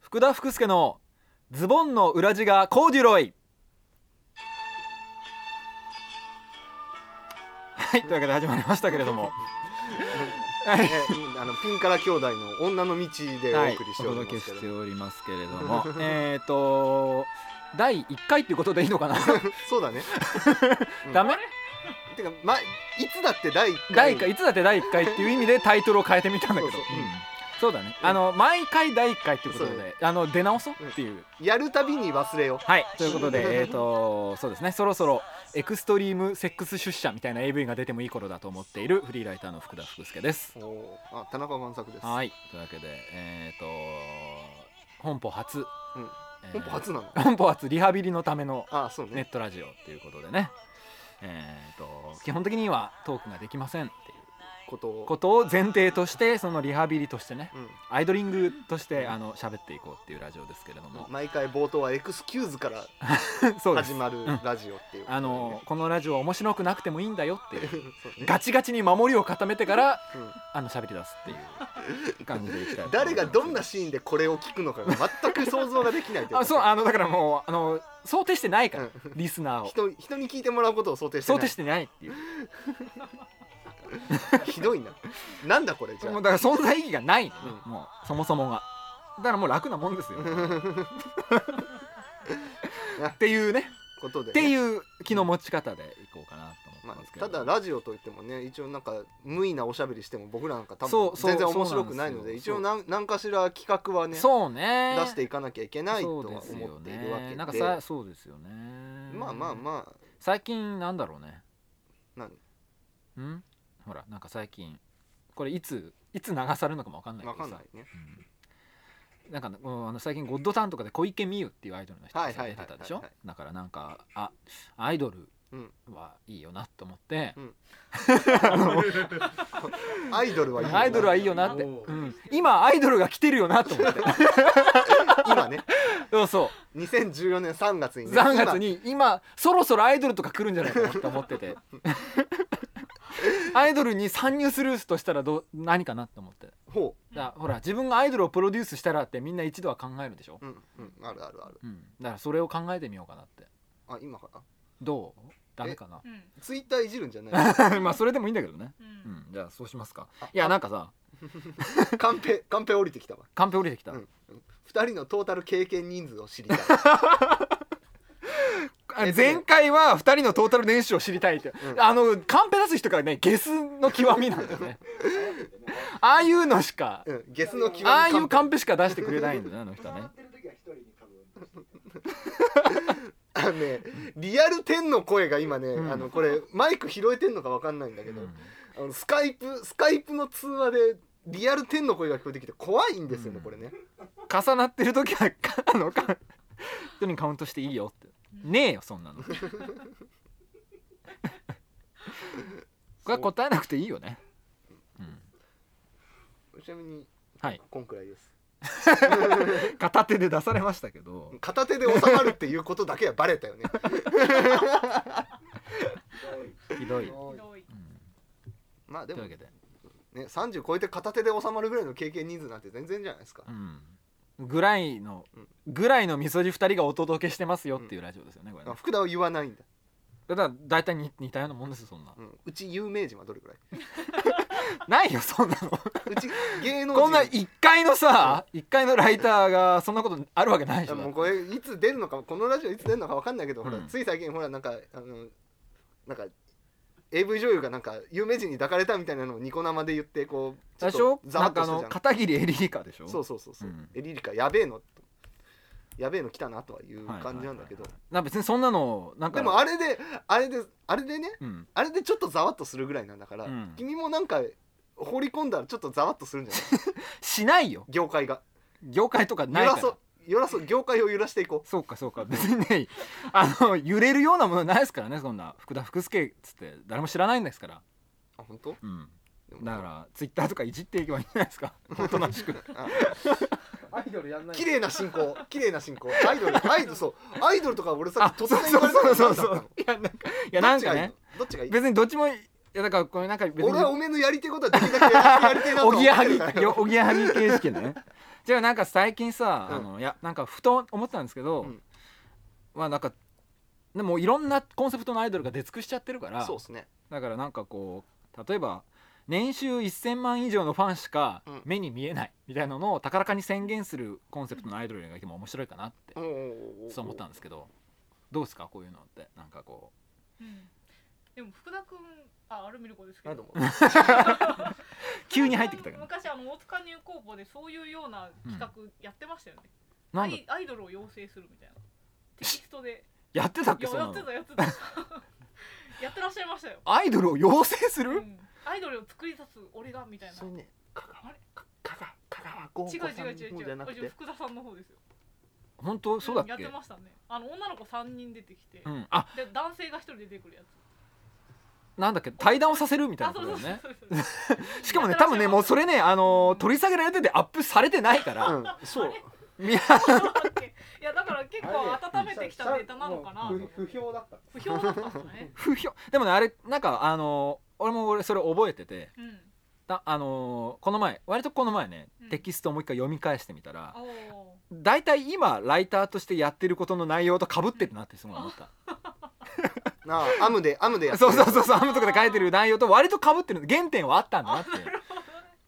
福田福助のズボンの裏地がコーデュロイはいというわけで始まりましたけれどもねあのピンから兄弟の女の道でおはい送りしおてお届りまけすけしど、ておりますけれどもえっと第1回っていうことでいいのかなそ うだねダメてかまいつだって第一第回一回いつだって第1回っていう意味でタイトルを変えてみたんだけどそうそうううんんそうだねあの毎回第1回っていうことそうであの出直そうっていうやるたびに忘れよはいということでえっとそうですねそろそろエクストリームセックス出社みたいな AV が出てもいい頃だと思っているフリーライターの福田福助ですうおーあ田中万作ですはいというわけでえっ、と本舗初、うんえー本邦初なの本舗初リハビリのためのあそうねネットラジオっていうことでねえっ、と基本的にはトークができませんっていうことをことを前提としてそのリハビリとしてねうんアイドリングとしてあの喋っていこうっていうラジオですけれども、毎回冒頭はエクスキューズから そうです始まるラジオっていう、あのこのラジオは面白くなくてもいいんだよっていう そうねガチガチに守りを固めてからうんあの喋り出すっていう感じでいきたいと思います 誰がどんなシーンでこれを聞くのかが全く想像ができないというか あそうあのだからもうあの想定してないから、うんリス ナーを人人に聞いてもらうことを想定して想な定いしてないっていう ひどいななんだこ れじゃもうあだから存在意義がない、もうそもそもがだからもう楽なもんですよっていうね ことで、ね、っていう気の持ち方でいこうかなと思まってますあ、けれたどだラジオといってもね一応なんか無意なおしゃべりしても僕らなんか多そう分そう全然面白くないのそうなんでですよ一応なん何かしら企画はねそうね出していかなきゃいけないとはそう思ですよねっているわけでなんかさそうですよねまあまあまあ最近なんだろうね何んほらなんか最近これいついつ流されるのかもわかんないけわどさかんないねうんなんかこのあの最近ゴッドタンとかで小池美優っていうアイドルの人がさはい出はいはていたでしょはいはいだからなんかあアイドルうんはいいよなと思って、うんアイドルはいいよなアイドルはいいよなって、おうーん、今アイドルが来てるよなと 思って今ねそうそ2014年3月うにね3月に今そろそろアイドルとか来るんじゃないかなって思って てアイドルに参入するとしたらどう何かなと思って今ほだほら自分がアイドルをプロデュースしたらってみんな一度は考えるでしょう、うんうん、あるあるあるうん、だからそれを考えてみようかなってあ今からどうダメかなうんツイッターいじるんじゃない まあそれでもいいんだけどね、ううんん、じゃあそうしますか いやなんかさカンペカンペ降りてきたわカンペ降りてきた、うん2人のトータル経験人数を知りたい、あ前回は2人のトータル年収を知りたいって、うんあのカンペ出す人からねゲスの極みなんだよ ねああいうのしかうん、ゲスの極みああいうカカンンペしか出してくれないんだよねあの人はねペあのねリアル天の声が今ね、うんあのこれマイク拾えてんのかわかんないんだけど、あのスカイプスカイプの通話でリアル天の声が聞こえてきて怖いんですよね、うんこれね重なってる時はかあのか人にカウントしていいよってねえよそんなのこれは答えなくていいよね、うん、ちなみにはいこんくらいです片手で出されましたけど片手で収まるっていうことだけはバレたよねひどい、ひどい まあとでいうもわねけで、 30超えて片手で収まるぐらいの経験人数なんて全然じゃないですかうん、ぐらいのうんぐらいのみそじ2人がお届けしてますよっていうラジオですよねこれあね福田は言わないんだ、だから大体に似たようなもんですよそんなうん、うち有名人はどれぐらいないよそんなのうち芸能人こんな1階のさ1階のライターがそんなことあるわけないでしょもうこれいつ出るのかこのラジオいつ出るのかわかんないけど、ほらうんつい最近ほらなんかあのなんか AV 女優がなんか有名人に抱かれたみたいなのをニコ生で言ってこうちょ最っと初ざわなっんかとあしたのじゃん片桐エリリカでしょそうそうそうそう、うんえリリカやべえのやべえの来たなとはいう感じなんだけはいはいはど、いはいなんか別にそんなのなんかでもあれであれであれでねうんあれでちょっとざわっとするぐらいなんだから、うん君もなんか放り込んだらちょっとざわっとする んじゃないしないよ業界が業界とかな揺いかららそう揺らそう業界を揺らしていこそうかそうか別にね あの揺れるようなものないですからねそんな福田福助っつって誰も知らないんですからうあ本当うんでもだからツイッターとかいじっていけばいいんじゃない ですかおとなしくあアイドルやんない綺麗な 進行綺麗な進行アイドルアイドルそうアイドルとか俺さあ突そう然言われたそうらそう何そだったのういやなんかいやなんかねどっちがいいのどっちがいい別にどっちもいやだからこれなんか別に 俺はおめえのやりてえことはできるだけやりてえなとお 思っぎやはてるぎから よおぎやはぎ形式ねじゃあなんか最近さ、うんあのいやなんかふと思ったんですけど、うんまあなんかでもいろんなコンセプトのアイドルが出尽くしちゃってるからそうですねだからなんかこう例えば年収1,000万以上のファンしかうん目に見えないみたいなのを高らかに宣言するコンセプトのアイドルがいても面白いかなっておーおーおーそう思ったんですけどどうですかこういうのってなんかこうんでも福田君あアルミルコですけあどどうも う急に入ってきたけど昔あの大塚入工房でそういうような企画やってましたよね、なアんだイアイドルを養成するみたいなテキストでやってたっいけやそんやなってのたやってた やってらっしゃいましたよ、アイドルを養成すうる、ん、アイドルを作り出す俺がみたいそれなね香川あれか香川香川豪子違うさん違の方う違う違じゃうなくあて福田さんの方ですよ本当そうだっんやっけてましたねあの女の子3人出てきて、うん、あで男性が1人出てくるやつなんだっけ対談をさせるみたいあなこそとうだそうよそうねそう しかもね多分ねもうそれねあのー取り下げられててアップされてないから、うんそうみんなそうだっけ いやだから結構温めてきたデータなのかなと思もうって不不評だった不評だったんですね不評でもねあれなんかあのー俺も俺それ覚えててうんだあのーこの前割とこの前ねうんテキストをもう一回読み返してみたら、おー大体今ライターとしてやってることの内容とかぶってるなってすごい思った、なあアムでアムでやってそうるそうそうそうアムとかで書いてる内容と割とかぶってる原点はあったんだなって、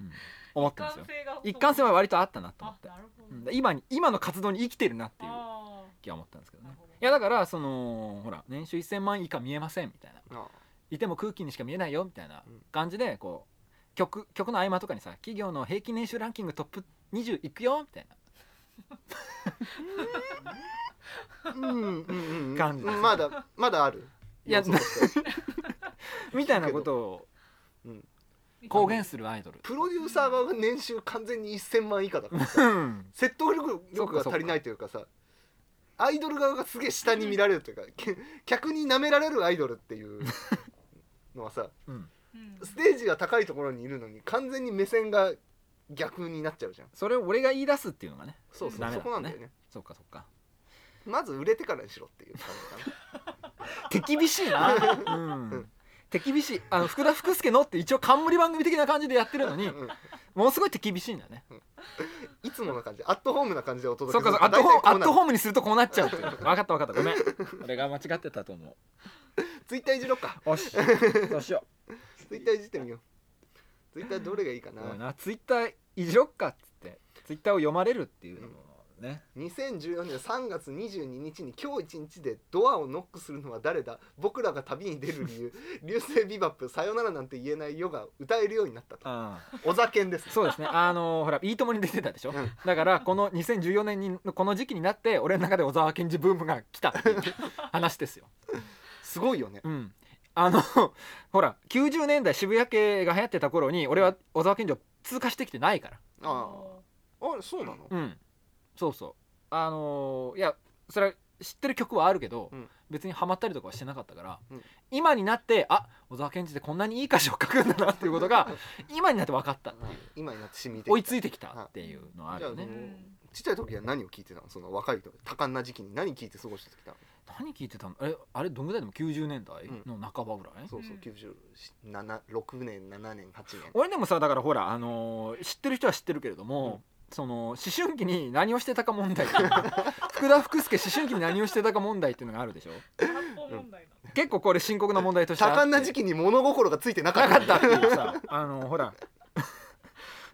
うん思ったんですよ性が一貫性は割とあったなと思あってなるほうど、ん今に今の活動に生きてるなっていうあ気は思ったんですけどねなるほどいやだからそのほら年収1,000万以下見えませんみたいなあいても空気にしか見えないよみたいなうん感じでこう曲曲の合間とかにさ企業の平均年収ランキングトップ20いくよみた いなうんうんうんうん感じですまだまだあるいや要素としてみたいなことをー公言するアイドルプロデューサー側が年収完全に1000万以下だからうん説得力力が足りないというかさアイドル側がすげえ下に見られるというか け客に舐められるアイドルっていうのはさ うんうんステージが高いところにいるのに完全に目線が逆になっちゃうじゃんそれを俺が言い出すっていうのがねそうそう、ダメそだこなんだよねそっかそっかまず売れてからにしろっていう感じか手厳しいな うん手厳しいあの福田福助のって一応冠番組的な感じでやってるのに な、うんものすごい手厳しいんだねいつもの感じアットホームな感じでお届そけっするかそっかアットホームアットーホームにするとこうなっちゃうっていう分かった分かったごめん 俺が間違ってたと思ムツイッターいじろっかうお しそうしよツイッターいじってみようツイッターどれがいいかうなごめんなツイッターいじろっかっつってツイッターを読まれるっていうのもね、 2014年3月22日に今日一日でドアをノックするのは誰だ僕らが旅に出る 理由流星ビバップさよならなんて言えないよが歌えるようになったとああお酒んですそうですねあのほら「いいとも!」に出てたでしょ、うんだからこの2014年にこの時期になって俺の中で小沢健二ブームが来た っていう話ですよすごいよねうん、あのほら90年代渋谷系が流行ってた頃に俺は小沢健二を通過してきてないからあああれそうなのうんそうそうあのーいやそれは知ってる曲はあるけど、うん別にハマったりとかはしてなかったから、うん今になってあ小沢健二ってこんなにいい歌詞を書くんだなっていうことが 今になって分かった今になって染みて追いついいてきたっていうのはあるよじゃねあうねんちっちゃい時は何を聞いてたのその若い時多感な時期に何聞いて過ごしてきたの何聞いてたのえあれどんぐらいでも90年代の半ばぐらい、そうそううん976年7年8年俺でもさだからほら、あのー知ってる人は知ってるけれども、うんその思春期に何をしてたか問題っていう 福田福助思春期に何をしてたか問題っていうのがあるでしょ空っぽ問題だ結構これ深刻な問題としてあっ多て感な時期に物心がついてなかなったかったっていうさあのほら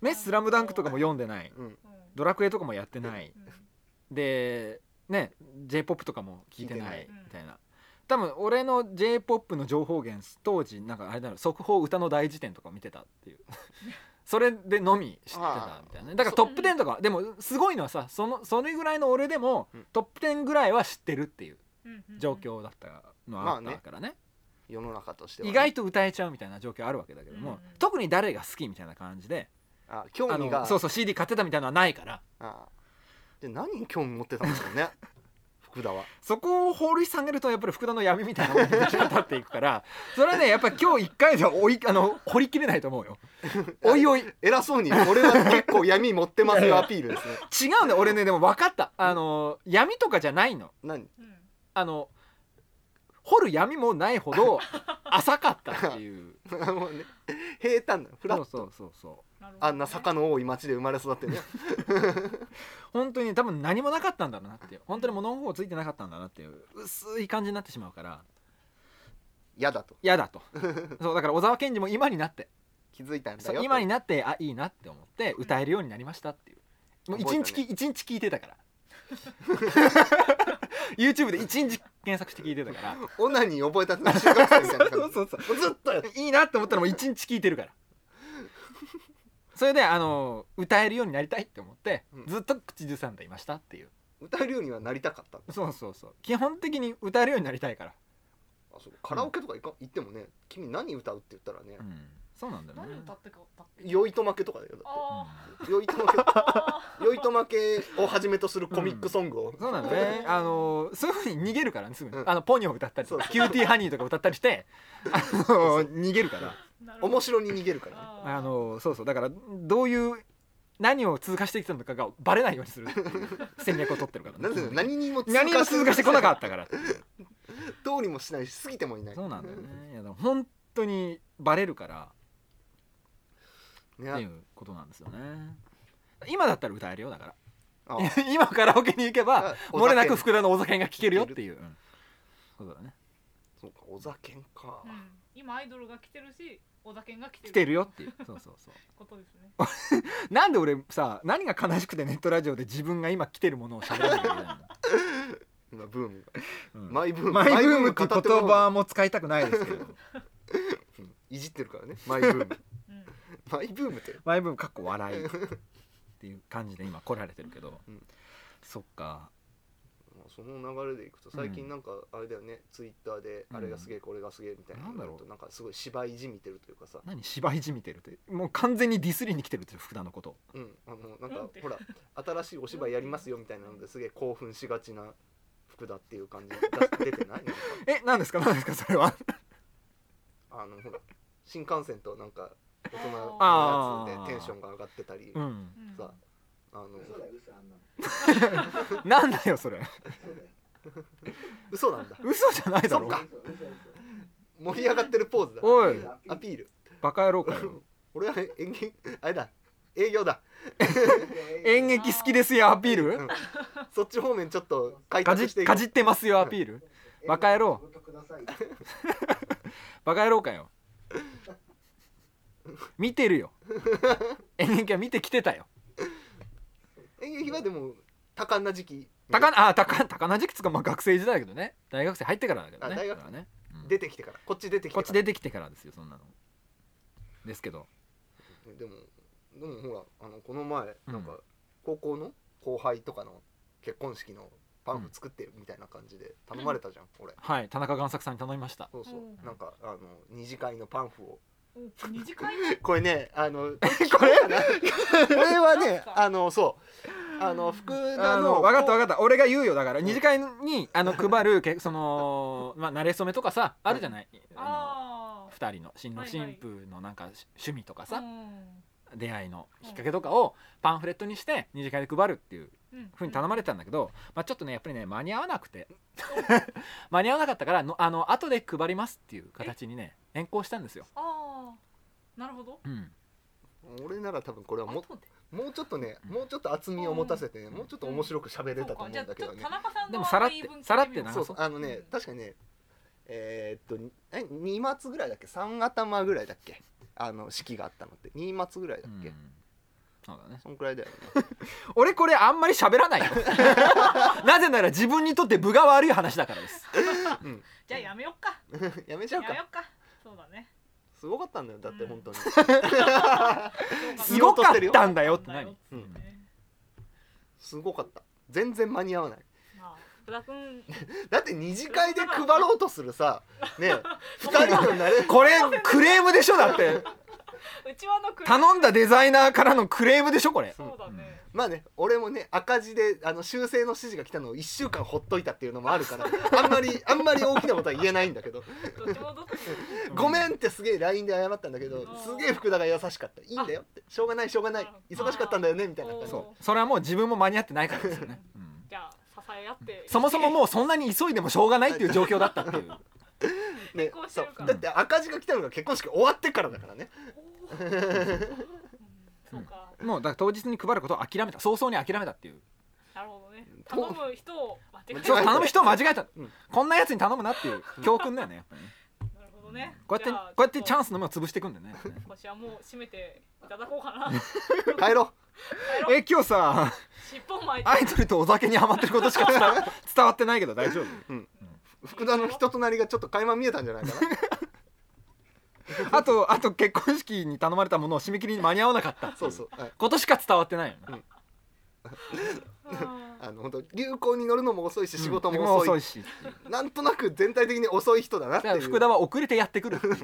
ね「スラムダンクとかも読んでないうんうん「ドラクエ」とかもやってないうんでね j p o p とかも聞いてな聞いいてないみたいな多分俺の j p o p の情報源当時なんかあれだろ速報歌の大辞典とか見てたっていう それでのみ知ってたみたいなねだからトップ10とかでもすごいのはさそのそれぐらいの俺でもうんトップ10ぐらいは知ってるっていううんうん状況だったのはあったからね世の中としてはね意外と歌えちゃうみたいな状況あるわけだけどうもん特に誰が好きみたいな感じであ興あ味がのそうそう CD 買ってたみたいなのはないからああで何に興味持ってたんですかね 福田はそこを掘り下げるとやっぱり福田の闇みたいなものが立っていく からそれはねやっぱり今日一回じゃ追いあの掘りきれないと思うよおいおい違偉そうに俺は結構闇持ってますよアピールですね うんだよ俺ねでも分かったあの闇とかじゃないの何 うんあの掘る闇もない ほど浅かったっていうもうね平坦なフラッそトうそうそうそうなるほどねあんな坂の多い町で生まれ育ってね本当に多分何もなかったんだろうなっていう本当に物心ついてなかったんだなっていう薄い感じになってしまうから嫌だと嫌だとそうだから小沢健二も今になって気づいたんだそようと今になってあいいなって思って歌えるようになりましたっていうもう一日き、一日聞いてたから YouTube で一日検索して聞いてたからオナニー覚えたての中学生みたいな 感そうそうじずっとやっいいなって思ったのも一日聞いてるからそれであの歌えるようになりたいって思ってうんずっと口ずさんでいましたっていう歌えるようにはなりたかったんだそうそうそう基本的に歌えるようになりたいから、あそうカラオケとか行か行ってもね君何歌うって言ったらねうん、そうなんだよね何歌ってか歌って酔いと負けとかだよだっあて酔いと負け ー あ酔いと負けをはじめとするコミックソングを、そうなんだよ ねあのそういうふうに逃げるからねすぐに、うんあのポニョを歌ったりとかそうキューティーハニーとか歌ったりして あの逃げるからーなるほど面白に逃げるから、ね、ああーのそうそうだからどういう何を通過してきたのかがバレないようにするっていう戦略を取ってるから、なぜなら何にも何も通過してこなかっったからた通りもしないし過ぎてもいないそうなんだよねいやでも本当にバレるからねっていうことなんですよね今だったら歌えるよだからあ 今カラオケに行けばあ漏れなく福田のお酒が聴けるよっていう、うんことだねそうかお酒かう、ん今アイドルが来てるし小田健が来来てるてるよっていうそうそうそうことです ねなんで俺さ何が悲しくてネットラジオで自分が今来てるものを喋らなきゃいけないの今ブームが、うんマイブームマイブームって片い手う言葉も使いたくないですけどうんいじってるからねマイブーム うんマイブームってマイブームかっこ笑いっていう感じで今来られてるけど、うんそっかまあその流れでいくと最近なんかあれだよね、ツイッターであれがすげえこれがすげえみたいななんだろうとなんかすごい芝居じみてるというかさ、何芝居じみてるってもう完全にディスりに来てるって福田のことうん、あのなんなんかてほら新しいお芝居やりますよみたいなのですげえ興奮しがちな福田っていう感じが出てないなんかえ何ですか何ですかそれはあのほら新幹線となんか大人あのーやつでテンションが上がってたりうんうんさあの嘘だよ嘘あんなのなんだよそれ嘘嘘だよなんだ嘘じゃないだそろっか嘘嘘嘘盛り上がってるポーズだおいアピールバカ野郎かよ俺は演劇あれだ営業だ、演劇好きですよアピーうルん、そっち方面ちょっと開か拓してじいかじってますよアピールバカ野郎仕事くださいバカ野郎かよ見てるよ演劇は見てきてたよ演劇はでも多感な時期高なあ高高な時期つうかまあ学生時代だけどね大学生入ってからだけどねあ大学だからね、うん出てきてからこっち出てきこてかっらち出てきてからですよそんなのですけどでもでもほらあのこの前うんなんか高校の後輩とかの結婚式のパンフ作ってみたいな感じで頼まれたじゃん、俺はい田中贋作さんに頼みましたそうそう、うんなんかあの二次会のパンフをお二次会これねあのこれこれはなんねすかあのそうあの福田あのの分かった分かった俺が言うよだから二次会に あの配るけそのまあ慣れ初めとかさあるじゃないああの二人の新郎はいはい新婦のなんかし趣味とかあさうん出会いのきっかけとかをパンフレットにして二次会で配るっていううんふうに頼まれてたんだけど、まあ、ちょっとねやっぱりね間に合わなくて 間に合わなかったからのあの後で配りますっていう形にね変更したんですよ、ああなるほどうん、俺なら多分これはも後でもうちょっとねうんもうちょっと厚みを持たせてね、もうちょっと面白く喋れたそうと思うかんじゃあだちけょどっねと田中さんでものさらって言い分聞いみようさらってなそうそうああのね確かにねえーっとえ2末ぐらいだっけ3頭ぐらいだっけあの式があったのって2末ぐらいだっけ、うんそうだねそんくらいだよね俺これあんまり喋らないよ なぜなら自分にとって分が悪い話だからですじゃあやめよっか やめちゃやうめよかっかそうだねすごかったんだよだって本当に、すごかったんだよってな何いうんすごかった全然間に合わないまあ福田君だって二次会で配ろうとする さね2人のなれこれクレームでしょだってうちわのク頼んだデザイナーからのクレームでしょこれそうだねまあね俺もね赤字であの修正の指示が来たのを1週間ほっといたっていうのもあるからあんまりあんまり大きなことは言えないんだけどどっちもどっち「ごめん」ってすげえ LINE で謝ったんだけどうんすげえ福田が優しかった「いいんだよ」って「しょうがないしょうがない忙しかったんだよね」みたいな感じそうそれはもう自分も間に合ってないからですよ ね、うんじゃあ支え合ってそもそももうそんなに急いでもしょうがないっていう状況だったっていうね婚しそてうるからだって赤字が来たのが結婚式終わってからだからねおー そうかもうだから当日に配ることを諦めた早々に諦めたっていうなるほどねと頼む人を間違えそう頼む人を間違えた、うんこんなやつに頼むな っていう教訓だよねやっぱりねなるほどねこうやってじこゃあうやってチャンちスの目を潰していくんだよねやっぱりねょっと私はもう締めていただこうかな帰ろ え今日さ尻尾巻いてアイドルとお酒にハマってることしか 伝わ伝わってないけど大丈夫う福田の人となりがちょっと垣間見えたんじゃないかあとあと結婚式に頼まれたものを締め切りに間に合わなかったなそうそう、はい、ことしか伝わってないよねうんあの本当流行に乗るのも遅いし仕事うんも遅い,、しなんとなく全体的に遅い人だなだってかいらう福田は遅れてやってくるっていう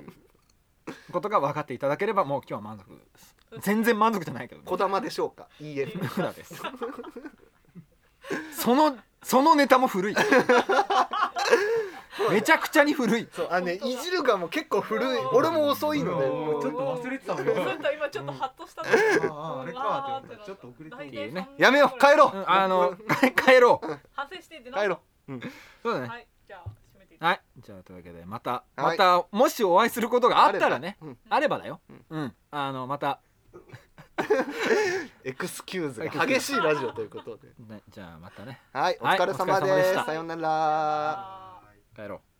ことが分かっていただければもう今日は満足です全然満足じゃないけどね小玉でしょうかいいえ福田ですそのそのネタも古 いめちゃくちゃに古いそうあのね本い当だじるがもう結構古い俺も遅いのでもちょっうと忘れてたもんちょっと今ちょっとハッとしたんだけどあああれかって思ったちょっと遅れてた大もん体そんなやめよう帰ろう、うんあの帰ろう反省してってな帰ろうそうだねはいじゃあ締めていただはいじゃあというわけでまたはまいたもしお会いすることがあったらねうんあればだようんうんあのまたエクスキューズが激しいラジオということでねじゃあまたねはいおはい疲れ様お疲れ様でですしたさようならきます帰ろう